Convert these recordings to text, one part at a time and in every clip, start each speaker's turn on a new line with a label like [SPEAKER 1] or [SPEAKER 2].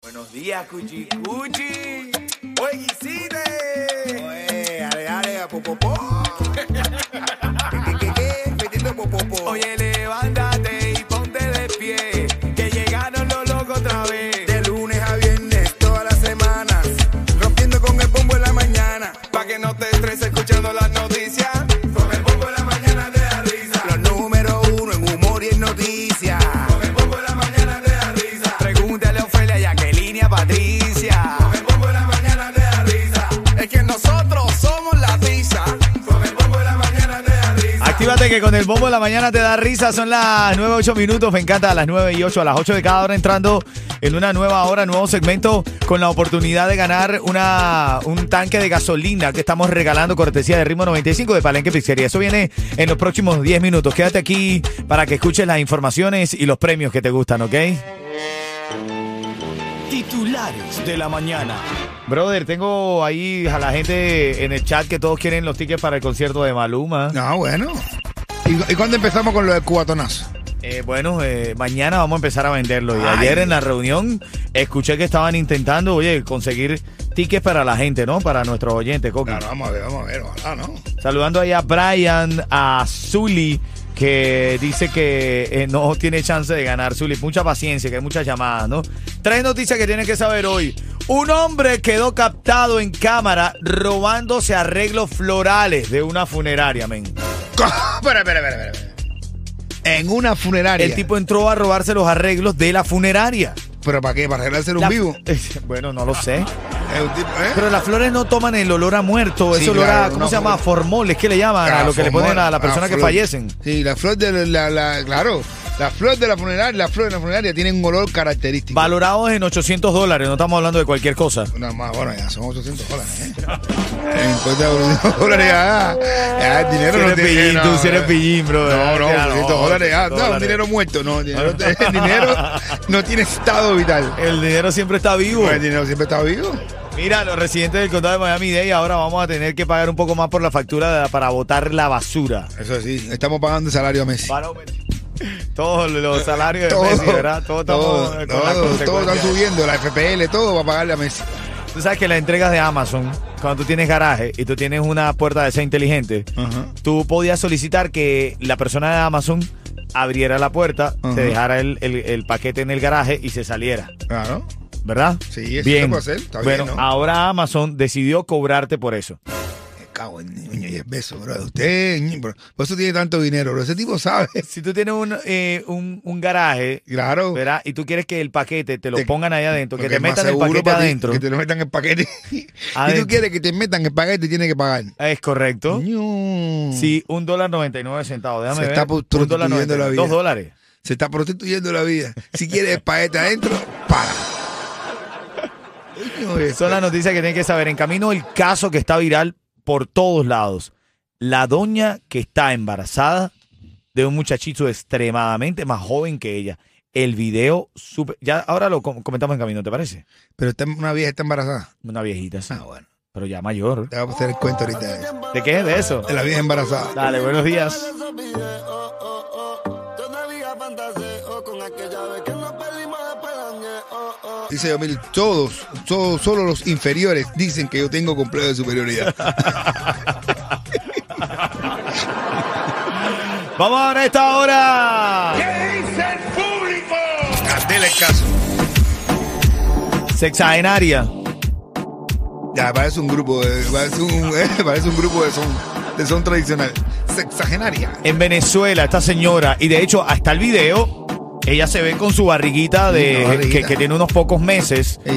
[SPEAKER 1] Buenos días, Cuchi Cuchi.
[SPEAKER 2] Oye, Iside. Oye, ale, ale, a popopó. ¿Qué, qué, qué? Metiendo popopó.
[SPEAKER 1] Oye, levántate y ponte de pie. Que llegaron los locos otra vez.
[SPEAKER 2] De lunes a viernes, todas las semanas. Rompiendo con el bombo en la mañana.
[SPEAKER 1] Pa' que no te estreses escuchando las noticias.
[SPEAKER 2] Con el bombo en la mañana te da risa. Los número uno en humor y en noticias. Con el bombo en la mañana te da risa.
[SPEAKER 1] Pregúntale a Ofelia y a Kelini, a Patricia.
[SPEAKER 2] Con el bombo en la mañana te da risa.
[SPEAKER 1] Es que nosotros somos la risa.
[SPEAKER 2] Con el bombo en la mañana te da risa.
[SPEAKER 1] Actívate que con el bombo de la mañana te da risa. Son las 9, 8 minutos. Me encanta a las 9 y 8, a las 8 de cada hora entrando en una nueva hora, nuevo segmento con la oportunidad de ganar una, un tanque de gasolina que estamos regalando cortesía de Ritmo 95 de Palenque Pizzería. Eso viene en los próximos 10 minutos. Quédate aquí para que escuches las informaciones y los premios que te gustan, ¿ok? Titulares de la mañana. Brother, tengo ahí a la gente en el chat que todos quieren los tickets para el concierto de Maluma.
[SPEAKER 2] Ah, bueno. ¿Y, y cuándo empezamos con lo del cubatonazo?
[SPEAKER 1] Eh, bueno, eh, mañana vamos a empezar a venderlo. Y
[SPEAKER 2] Ay.
[SPEAKER 1] ayer en la reunión escuché que estaban intentando, oye, conseguir tickets para la gente, ¿no? Para nuestros oyentes, Coqui.
[SPEAKER 2] Claro, vamos a ver, vamos a ver, ojalá, ¿no?
[SPEAKER 1] Saludando ahí a Brian, a Zully, que dice que eh, no tiene chance de ganar, Zully. Mucha paciencia, que hay muchas llamadas, ¿no? Tres noticias que tienen que saber hoy. Un hombre quedó captado en cámara robándose arreglos florales de una funeraria, men.
[SPEAKER 2] Espera, espera, espera, espera. En una funeraria.
[SPEAKER 1] El tipo entró a robarse los arreglos de la funeraria.
[SPEAKER 2] ¿Pero para qué? ¿Para arreglarse un
[SPEAKER 1] La-
[SPEAKER 2] vivo?
[SPEAKER 1] Bueno, no lo sé.
[SPEAKER 2] Es un tipo, ¿eh?
[SPEAKER 1] Pero las flores no toman el olor a muerto,
[SPEAKER 2] Sí,
[SPEAKER 1] ese olor
[SPEAKER 2] claro,
[SPEAKER 1] a, ¿cómo
[SPEAKER 2] no, Ah,
[SPEAKER 1] se llama?
[SPEAKER 2] no.
[SPEAKER 1] Formol, es que le llaman a lo que le
[SPEAKER 2] Cafomor,
[SPEAKER 1] ponen a la persona que
[SPEAKER 2] flor.
[SPEAKER 1] fallecen.
[SPEAKER 2] Sí, la flor de la, la- claro, la flor de la funeraria, la flor de la funeraria tiene un olor característico.
[SPEAKER 1] Valorados en 800 dólares, no estamos hablando de cualquier cosa.
[SPEAKER 2] Nada más, bueno, ya son 800 dólares, ¿eh? 800 dólares, ya, ya, el dinero
[SPEAKER 1] Si
[SPEAKER 2] no
[SPEAKER 1] eres
[SPEAKER 2] tiene...
[SPEAKER 1] pillín,
[SPEAKER 2] no,
[SPEAKER 1] tú, si eres pillín, bro.
[SPEAKER 2] No, no,
[SPEAKER 1] Ya, no,
[SPEAKER 2] 800 dólares, ya, no, un
[SPEAKER 1] 800
[SPEAKER 2] dinero muerto, no, el dinero, el dinero no tiene estado vital.
[SPEAKER 1] El dinero siempre está vivo.
[SPEAKER 2] Pues El dinero siempre está vivo.
[SPEAKER 1] Mira, los residentes del condado de Miami-Dade ahora vamos a tener que pagar un poco más por la factura de la- para botar la basura.
[SPEAKER 2] Eso sí, estamos pagando el salario a Messi.
[SPEAKER 1] Para aumentar- Todos los salarios de
[SPEAKER 2] Todo,
[SPEAKER 1] Messi, ¿verdad? Todos estamos
[SPEAKER 2] todo,
[SPEAKER 1] con la
[SPEAKER 2] todo, todo
[SPEAKER 1] consecuencia.
[SPEAKER 2] está subiendo, la FPL, todo va a pagarle a Messi.
[SPEAKER 1] Tú sabes que las entregas de Amazon, cuando tú tienes garaje y tú tienes una puerta de esa inteligente,
[SPEAKER 2] Ajá.
[SPEAKER 1] tú podías solicitar que la persona de Amazon abriera la puerta,
[SPEAKER 2] Ajá.
[SPEAKER 1] te dejara el, el- el paquete en el garaje y se saliera.
[SPEAKER 2] Claro.
[SPEAKER 1] ¿Verdad?
[SPEAKER 2] Sí, eso se puede hacer, está
[SPEAKER 1] bueno,
[SPEAKER 2] bien, ¿no?
[SPEAKER 1] ahora Amazon decidió cobrarte por eso.
[SPEAKER 2] Me cago en niño y es beso, bro. Usted, ñi, bro. Por eso tiene tanto dinero, bro. Ese tipo sabe.
[SPEAKER 1] Si tú tienes un, eh, un- un garaje,
[SPEAKER 2] Claro.
[SPEAKER 1] ¿verdad? Y tú quieres que el paquete te lo
[SPEAKER 2] Te-
[SPEAKER 1] pongan ahí adentro, que
[SPEAKER 2] Porque
[SPEAKER 1] te
[SPEAKER 2] es más
[SPEAKER 1] metan el
[SPEAKER 2] seguro
[SPEAKER 1] paquete
[SPEAKER 2] para ti
[SPEAKER 1] adentro.
[SPEAKER 2] Que te lo metan el paquete. Si
[SPEAKER 1] Adentro.
[SPEAKER 2] tú quieres que te metan el paquete, tienes que pagar.
[SPEAKER 1] Es correcto.
[SPEAKER 2] Ño.
[SPEAKER 1] Sí, un dólar noventa y nueve centavos. Déjame
[SPEAKER 2] Mm. Se
[SPEAKER 1] ver.
[SPEAKER 2] está prostituyendo
[SPEAKER 1] Un dólar noventa y nueve.
[SPEAKER 2] la vida.
[SPEAKER 1] Dos dólares.
[SPEAKER 2] Se está prostituyendo la vida. Si quieres el paquete adentro, para. Ño, es-
[SPEAKER 1] Son las noticias que tienen que saber. En camino el caso que está viral por todos lados. La doña que está embarazada de un muchachito extremadamente más joven que ella. El video, super- ya ahora lo com- comentamos en camino, ¿te parece?
[SPEAKER 2] Pero está, una vieja está embarazada.
[SPEAKER 1] Una viejita, sí,
[SPEAKER 2] Ah, bueno.
[SPEAKER 1] pero ya mayor.
[SPEAKER 2] Te voy a hacer el cuento ahorita. de eso.
[SPEAKER 1] ¿De qué es de eso?
[SPEAKER 2] De la vieja embarazada.
[SPEAKER 1] Dale, buenos días.
[SPEAKER 3] Esos videos, oh, oh, oh, de
[SPEAKER 4] con aquella vez que nos perdimos después de añe, oh, oh.
[SPEAKER 2] Dice Yomil, todos, todos, solo los inferiores dicen que yo tengo complejo de superioridad.
[SPEAKER 1] Vamos ahora a esta hora.
[SPEAKER 2] Candela el caso.
[SPEAKER 1] Sexagenaria.
[SPEAKER 2] Ya, parece un grupo, de- parece un, eh, parece un grupo de son, de son tradicional. Sexagenaria.
[SPEAKER 1] En Venezuela, esta señora, y de hecho, hasta el video, ella se ve con su barriguita de
[SPEAKER 2] Una barriguita.
[SPEAKER 1] Que, que tiene unos pocos meses.
[SPEAKER 2] Y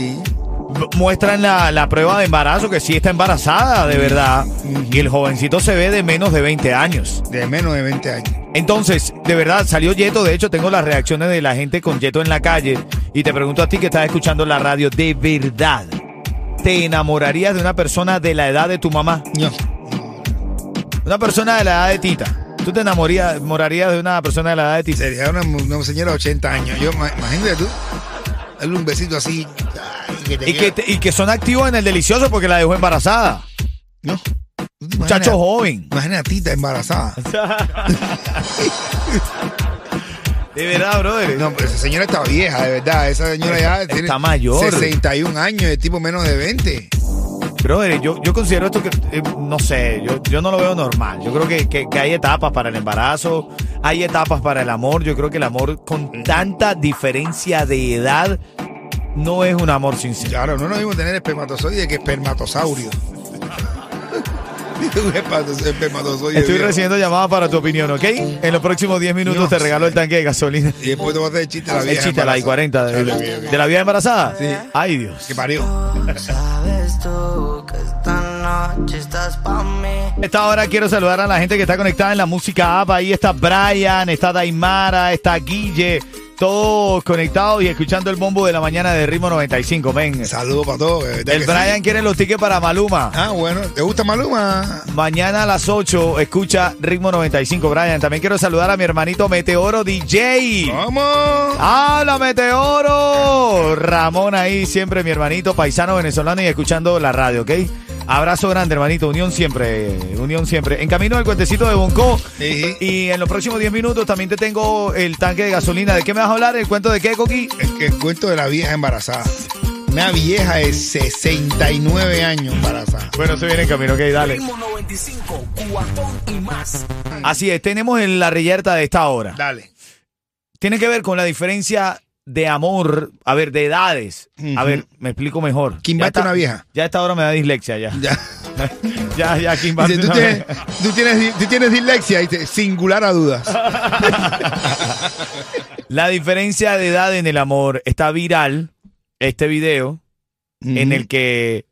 [SPEAKER 1] M- Muestran la, la prueba de embarazo, que sí está embarazada, de verdad. Y el jovencito se ve de menos de 20 años.
[SPEAKER 2] de menos de 20 años.
[SPEAKER 1] Entonces, de verdad, salió Yeto. De hecho, tengo las reacciones de la gente con Yeto en la calle. Y te pregunto a ti que estás escuchando la radio, ¿de verdad te enamorarías de una persona de la edad de tu mamá?
[SPEAKER 2] No.
[SPEAKER 1] Una persona de la edad de Tita. ¿Tú te enamorías- enamorarías de una persona de la edad de Tita?
[SPEAKER 2] Sería una, mu- una señora de 80 años. Yo, ma- imagínate tú, darle un besito así. ay, que te
[SPEAKER 1] Y que,
[SPEAKER 2] quiero.
[SPEAKER 1] te- y que son activos en el delicioso porque la dejó embarazada.
[SPEAKER 2] No. Tú te
[SPEAKER 1] Muchacho
[SPEAKER 2] imaginas-
[SPEAKER 1] joven.
[SPEAKER 2] Imagina a Tita embarazada.
[SPEAKER 1] De verdad, brother.
[SPEAKER 2] No, pero esa señora está vieja, de verdad. Esa señora ya
[SPEAKER 1] Está
[SPEAKER 2] tiene
[SPEAKER 1] mayor.
[SPEAKER 2] 61 años, el tipo menos de 20.
[SPEAKER 1] Brother, yo, yo considero esto que, eh, no sé, yo, yo no lo veo normal. Yo creo que, que- que hay etapas para el embarazo, hay etapas para el amor. Yo creo que el amor
[SPEAKER 2] Mm.
[SPEAKER 1] con tanta diferencia de edad no es un amor sincero.
[SPEAKER 2] Claro, no es lo mismo tener espermatozoide que espermatosaurio. un espato- espermatozoide.
[SPEAKER 1] Estoy
[SPEAKER 2] viejo.
[SPEAKER 1] recibiendo llamadas para tu opinión, ¿ok? En los próximos 10 minutos
[SPEAKER 2] No
[SPEAKER 1] te regalo el tanque de gasolina.
[SPEAKER 2] Y después te vas a hacer chiste a la
[SPEAKER 1] El
[SPEAKER 2] vieja.
[SPEAKER 1] chiste, la I-40 de,
[SPEAKER 2] Chale, bien, bien.
[SPEAKER 1] de la vida embarazada.
[SPEAKER 2] Sí.
[SPEAKER 1] Ay, Dios.
[SPEAKER 2] Que parió.
[SPEAKER 4] Sabes tú que esta noche estás pa' mí.
[SPEAKER 1] A Esta hora quiero saludar a la gente que está conectada en la música app. Ahí está Brian, está Daimara, está Guille. Todos conectados y escuchando el bombo de la mañana de Ritmo 95. Ven.
[SPEAKER 2] Saludos para todos. de verdad
[SPEAKER 1] El
[SPEAKER 2] que
[SPEAKER 1] Brian
[SPEAKER 2] sí.
[SPEAKER 1] quiere los tickets para Maluma.
[SPEAKER 2] Ah, bueno. ¿Te gusta Maluma?
[SPEAKER 1] Mañana a las 8 escucha Ritmo 95, Brian. También quiero saludar a mi hermanito Meteoro DJ.
[SPEAKER 2] Vamos.
[SPEAKER 1] ¡Habla Meteoro! Ramón ahí, siempre mi hermanito paisano venezolano y escuchando la radio, ¿ok? Abrazo grande, hermanito. Unión siempre, unión siempre. En camino al cuentecito de Bonco.
[SPEAKER 2] Sí.
[SPEAKER 1] Y en los próximos 10 minutos también te tengo el tanque de gasolina. ¿De qué me vas a hablar? ¿El cuento de qué, Coqui?
[SPEAKER 2] Es que el cuento de la vieja embarazada. Una vieja de 69 años embarazada.
[SPEAKER 1] Bueno, se viene en camino, ok, dale.
[SPEAKER 5] Ritmo 95, cuatón y más.
[SPEAKER 1] Así es, tenemos en la reyerta de esta hora.
[SPEAKER 2] Dale.
[SPEAKER 1] Tiene que ver con la diferencia de amor, a ver, de edades. A
[SPEAKER 2] Ujú.
[SPEAKER 1] ver, me explico mejor.
[SPEAKER 2] ¿Quién
[SPEAKER 1] Ya
[SPEAKER 2] bate
[SPEAKER 1] esta-
[SPEAKER 2] una vieja?
[SPEAKER 1] Ya a esta hora me da dislexia, ya.
[SPEAKER 2] Ya.
[SPEAKER 1] Ya, ya, ¿quién bate
[SPEAKER 2] Dice, tú
[SPEAKER 1] una
[SPEAKER 2] tienes,
[SPEAKER 1] vieja?
[SPEAKER 2] tú, tienes, di- tú tienes dislexia. Y dice, singular a dudas.
[SPEAKER 1] La diferencia de edad en el amor está viral, este video, en el que,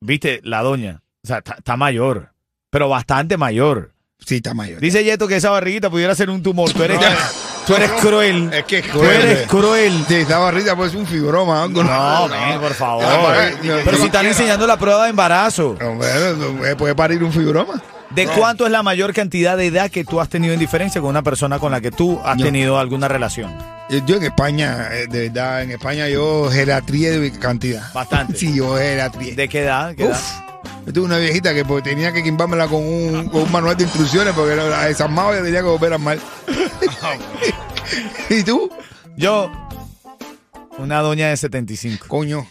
[SPEAKER 1] viste, la doña, o sea, está- está mayor, pero bastante mayor.
[SPEAKER 2] Sí, está mayor.
[SPEAKER 1] Dice Yeto que esa barriguita pudiera ser un tumor. Tú eres, tú eres cruel.
[SPEAKER 2] Es que es
[SPEAKER 1] Tú eres cruel.
[SPEAKER 2] Sí, esa barrita puede ser un fibroma. algo.
[SPEAKER 1] No, men, por favor.
[SPEAKER 2] Ah, para-
[SPEAKER 1] Pero si están enseñando la prueba de embarazo,
[SPEAKER 2] No, bueno, puede- puede parir un fibroma.
[SPEAKER 1] ¿de cuánto es la mayor cantidad de edad que tú has tenido en diferencia con una persona con la que tú has
[SPEAKER 2] No.
[SPEAKER 1] tenido alguna relación?
[SPEAKER 2] Eh, Yo en España, eh, de verdad, en España yo gelatrié de cantidad.
[SPEAKER 1] Bastante.
[SPEAKER 2] Sí, yo gelatrié.
[SPEAKER 1] ¿De qué edad? ¿Qué edad?
[SPEAKER 2] Uf. Yo tuve una viejita que pues, tenía que quimbármela con un, con un manual de instrucciones porque la la desarmaba y tenía que volver a armar. ¿Y tú?
[SPEAKER 1] Yo, una doña de 75.
[SPEAKER 2] Coño.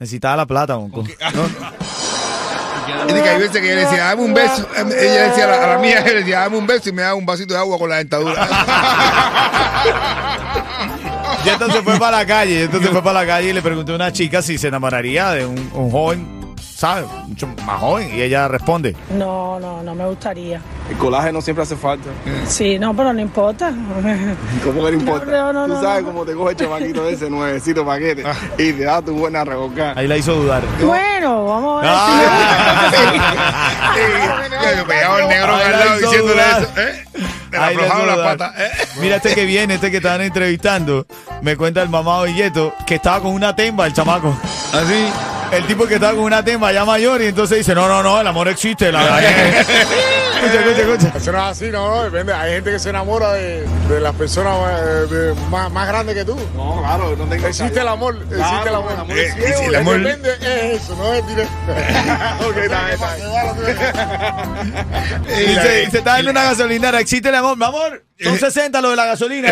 [SPEAKER 1] Necesitaba la plata, bonco.
[SPEAKER 2] Es de que hay veces que yo le decía, dame un beso. Ella le decía a la, a la mía, yo le decía, dame un beso y me daba un vasito de agua con la dentadura.
[SPEAKER 1] Y entonces fue para la calle. y Entonces fue para la calle y le pregunté a una chica si se enamoraría de un, un joven, ¿sabes? Mucho más joven. Y ella responde.
[SPEAKER 6] No, no, no me gustaría.
[SPEAKER 7] El colágeno siempre hace falta.
[SPEAKER 6] Sí, no, pero no importa.
[SPEAKER 7] ¿Cómo que no importa?
[SPEAKER 6] No, no, no,
[SPEAKER 7] Tú sabes
[SPEAKER 6] no, no.
[SPEAKER 7] cómo te coge el chamaquito ese nuevecito paquete y te da tu buena Ah. reboca.
[SPEAKER 1] Ahí la hizo dudar.
[SPEAKER 6] Bueno, vamos a ver.
[SPEAKER 2] Y yo pegaba el negro
[SPEAKER 1] Ay,
[SPEAKER 2] al
[SPEAKER 1] la
[SPEAKER 2] lado
[SPEAKER 1] hizo
[SPEAKER 2] diciéndole
[SPEAKER 1] dudar.
[SPEAKER 2] eso. ¿eh? Te la
[SPEAKER 1] Ay, la
[SPEAKER 2] aflojaron la
[SPEAKER 1] dudar.
[SPEAKER 2] pata. ¿eh?
[SPEAKER 1] Mira este que viene, este que estaban entrevistando. Me cuenta el mamado de Yeto que estaba con una temba, el chamaco.
[SPEAKER 2] Así.
[SPEAKER 1] El tipo que estaba con una temba ya mayor y entonces dice, no, no, no, el amor existe. La verdad que- escucha, escucha, escucha.
[SPEAKER 8] Eso no es así, no, no, depende. Hay gente que se enamora de, de las personas eh, de- más, más grandes que tú.
[SPEAKER 7] No, claro, no tengo
[SPEAKER 8] Existe el amor, existe
[SPEAKER 7] Claro,
[SPEAKER 8] el amor.
[SPEAKER 7] el amor
[SPEAKER 2] Eh,
[SPEAKER 8] Eh,
[SPEAKER 2] es
[SPEAKER 8] ciego,
[SPEAKER 2] el
[SPEAKER 8] el que
[SPEAKER 2] amor.
[SPEAKER 8] Depende es eso, no es directo.
[SPEAKER 7] Ok, está bien, está bien.
[SPEAKER 8] Para que vaya, tú ves.
[SPEAKER 1] Y dice, dice, estaba en una gasolinera, existe el amor, mi amor. Son 60 lo de la gasolina.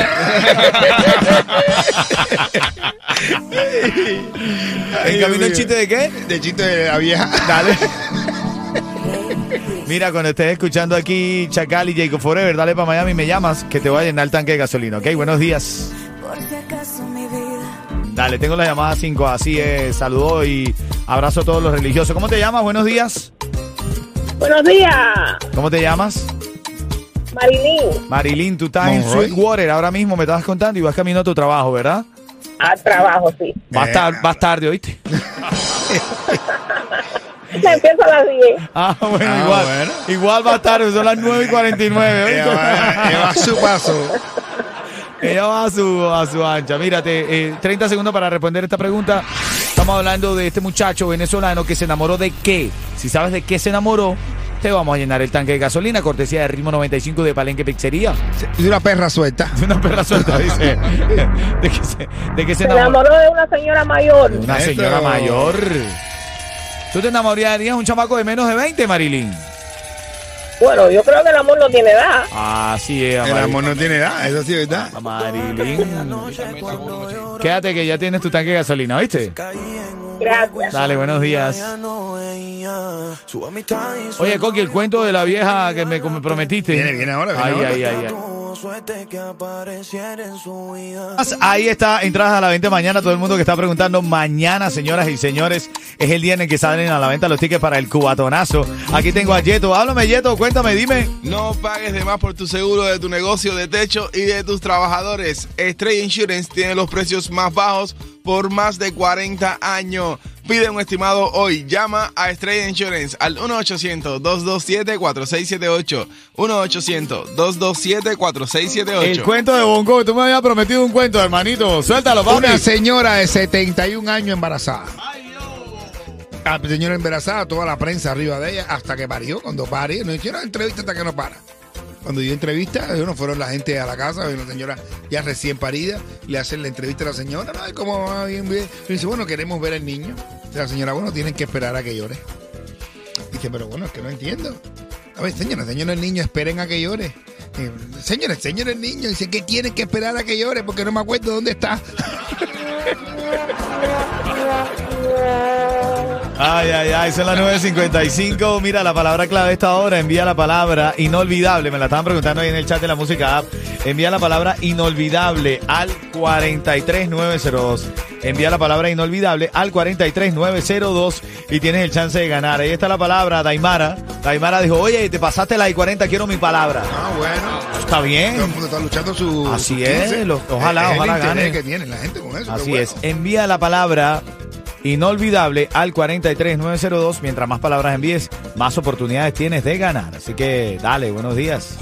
[SPEAKER 1] ¿En camino el chiste de qué?
[SPEAKER 2] De chiste de la vieja.
[SPEAKER 1] Dale. Mira, cuando estés escuchando aquí Chacal y Jacob Forever, dale para Miami y me llamas que te voy a llenar el tanque de gasolina, ¿ok? Buenos días. Dale, tengo la llamada 5, así es. Saludo y abrazo a todos los religiosos. ¿Cómo te llamas? Buenos días.
[SPEAKER 6] Buenos días,
[SPEAKER 1] ¿Cómo te llamas?
[SPEAKER 6] Marilín.
[SPEAKER 1] Marilyn, tú estás en
[SPEAKER 2] Monroy.
[SPEAKER 1] Sweetwater ahora mismo, me estabas contando y vas camino a tu trabajo, ¿verdad?
[SPEAKER 6] Al trabajo, sí.
[SPEAKER 1] Vas, tar- vas tarde, ¿oíste?
[SPEAKER 6] Empieza a las 10.
[SPEAKER 1] Ah, bueno,
[SPEAKER 2] Ah,
[SPEAKER 1] igual.
[SPEAKER 2] bueno.
[SPEAKER 1] Igual va tarde, son las 9 y 49.
[SPEAKER 2] Ella va, ella va a su paso.
[SPEAKER 1] Ella va a su, a su ancha. Mírate, eh, 30 segundos para responder esta pregunta. Estamos hablando de este muchacho venezolano que se enamoró de qué. Si sabes de qué se enamoró, te vamos a llenar el tanque de gasolina, cortesía de Ritmo 95 de Palenque Pizzería.
[SPEAKER 2] Es una perra suelta.
[SPEAKER 1] Es una perra suelta, dice. ¿De qué se, de qué se
[SPEAKER 6] Se
[SPEAKER 1] enamoró?
[SPEAKER 6] enamoró de una señora mayor.
[SPEAKER 1] De una
[SPEAKER 2] Eso.
[SPEAKER 1] señora mayor. ¿Tú te enamorarías de un chamaco de menos de 20, Marilyn?
[SPEAKER 6] Bueno, yo creo que el amor no tiene edad.
[SPEAKER 1] Así es,
[SPEAKER 2] El
[SPEAKER 1] Marilyn.
[SPEAKER 2] amor no tiene edad, eso sí, ¿verdad?
[SPEAKER 1] A Marilyn. Quédate que ya tienes tu tanque de gasolina, ¿viste?
[SPEAKER 6] Gracias.
[SPEAKER 1] Dale, buenos días. Oye, Coqui, el cuento de la vieja que me, que me prometiste.
[SPEAKER 2] Viene, viene ahora, viene
[SPEAKER 1] Ay,
[SPEAKER 2] ahora.
[SPEAKER 1] ay, ay, ay. Ahí está, entradas a la venta mañana. Todo el mundo que está preguntando, mañana, señoras y señores, es el día en el que salen a la venta los tickets para el cubatonazo. Aquí tengo a Yeto. Háblame, Yeto, cuéntame, dime.
[SPEAKER 4] No pagues de más por tu seguro de tu negocio de techo y de tus trabajadores. Estrella Insurance tiene los precios más bajos por más de 40 años. Pide un estimado hoy. Llama a Estrella Insurance al 1-800-227-4678. 1-800-227-4678.
[SPEAKER 1] El cuento de Bongo, tú me habías prometido un cuento, hermanito. Suéltalo, papi.
[SPEAKER 2] Una señora de 71 años embarazada. La señora embarazada, toda la prensa arriba de ella, hasta que parió. Cuando parió, no hicieron entrevista hasta que no para. Cuando dio entrevista, bueno, fueron la gente a la casa, una señora ya recién parida, le hacen la entrevista a la señora, ay, cómo va, bien, bien. Y dice, bueno, queremos ver al niño. Y la señora, bueno, tienen que esperar a que llore. Dice, pero bueno, es que no entiendo. A ver, señora, señora el niño, esperen a que llore. Eh, Señora, señora el niño, dice que tienen que esperar a que llore porque no me acuerdo dónde está.
[SPEAKER 1] Ay, ay, ay, son las 9.55. Mira, la palabra clave de esta hora, envía la palabra inolvidable. Me la estaban preguntando ahí en el chat de la música app. Envía la palabra inolvidable al 43902. Envía la palabra inolvidable al 43902 y tienes el chance de ganar. Ahí está la palabra, Daimara. Daimara dijo, oye, te pasaste la I-40, quiero mi palabra.
[SPEAKER 2] Ah, bueno.
[SPEAKER 1] Está
[SPEAKER 2] Todo el
[SPEAKER 1] bien.
[SPEAKER 2] mundo está luchando su.
[SPEAKER 1] Así
[SPEAKER 2] su
[SPEAKER 1] es,
[SPEAKER 2] 15.
[SPEAKER 1] lo- ojalá,
[SPEAKER 2] Es el
[SPEAKER 1] ojalá
[SPEAKER 2] interés
[SPEAKER 1] gane.
[SPEAKER 2] que tiene la gente con eso. qué
[SPEAKER 1] Así
[SPEAKER 2] bueno.
[SPEAKER 1] es. Envía la palabra inolvidable al 43902. Mientras más palabras envíes, más oportunidades tienes de ganar. Así que dale, buenos días.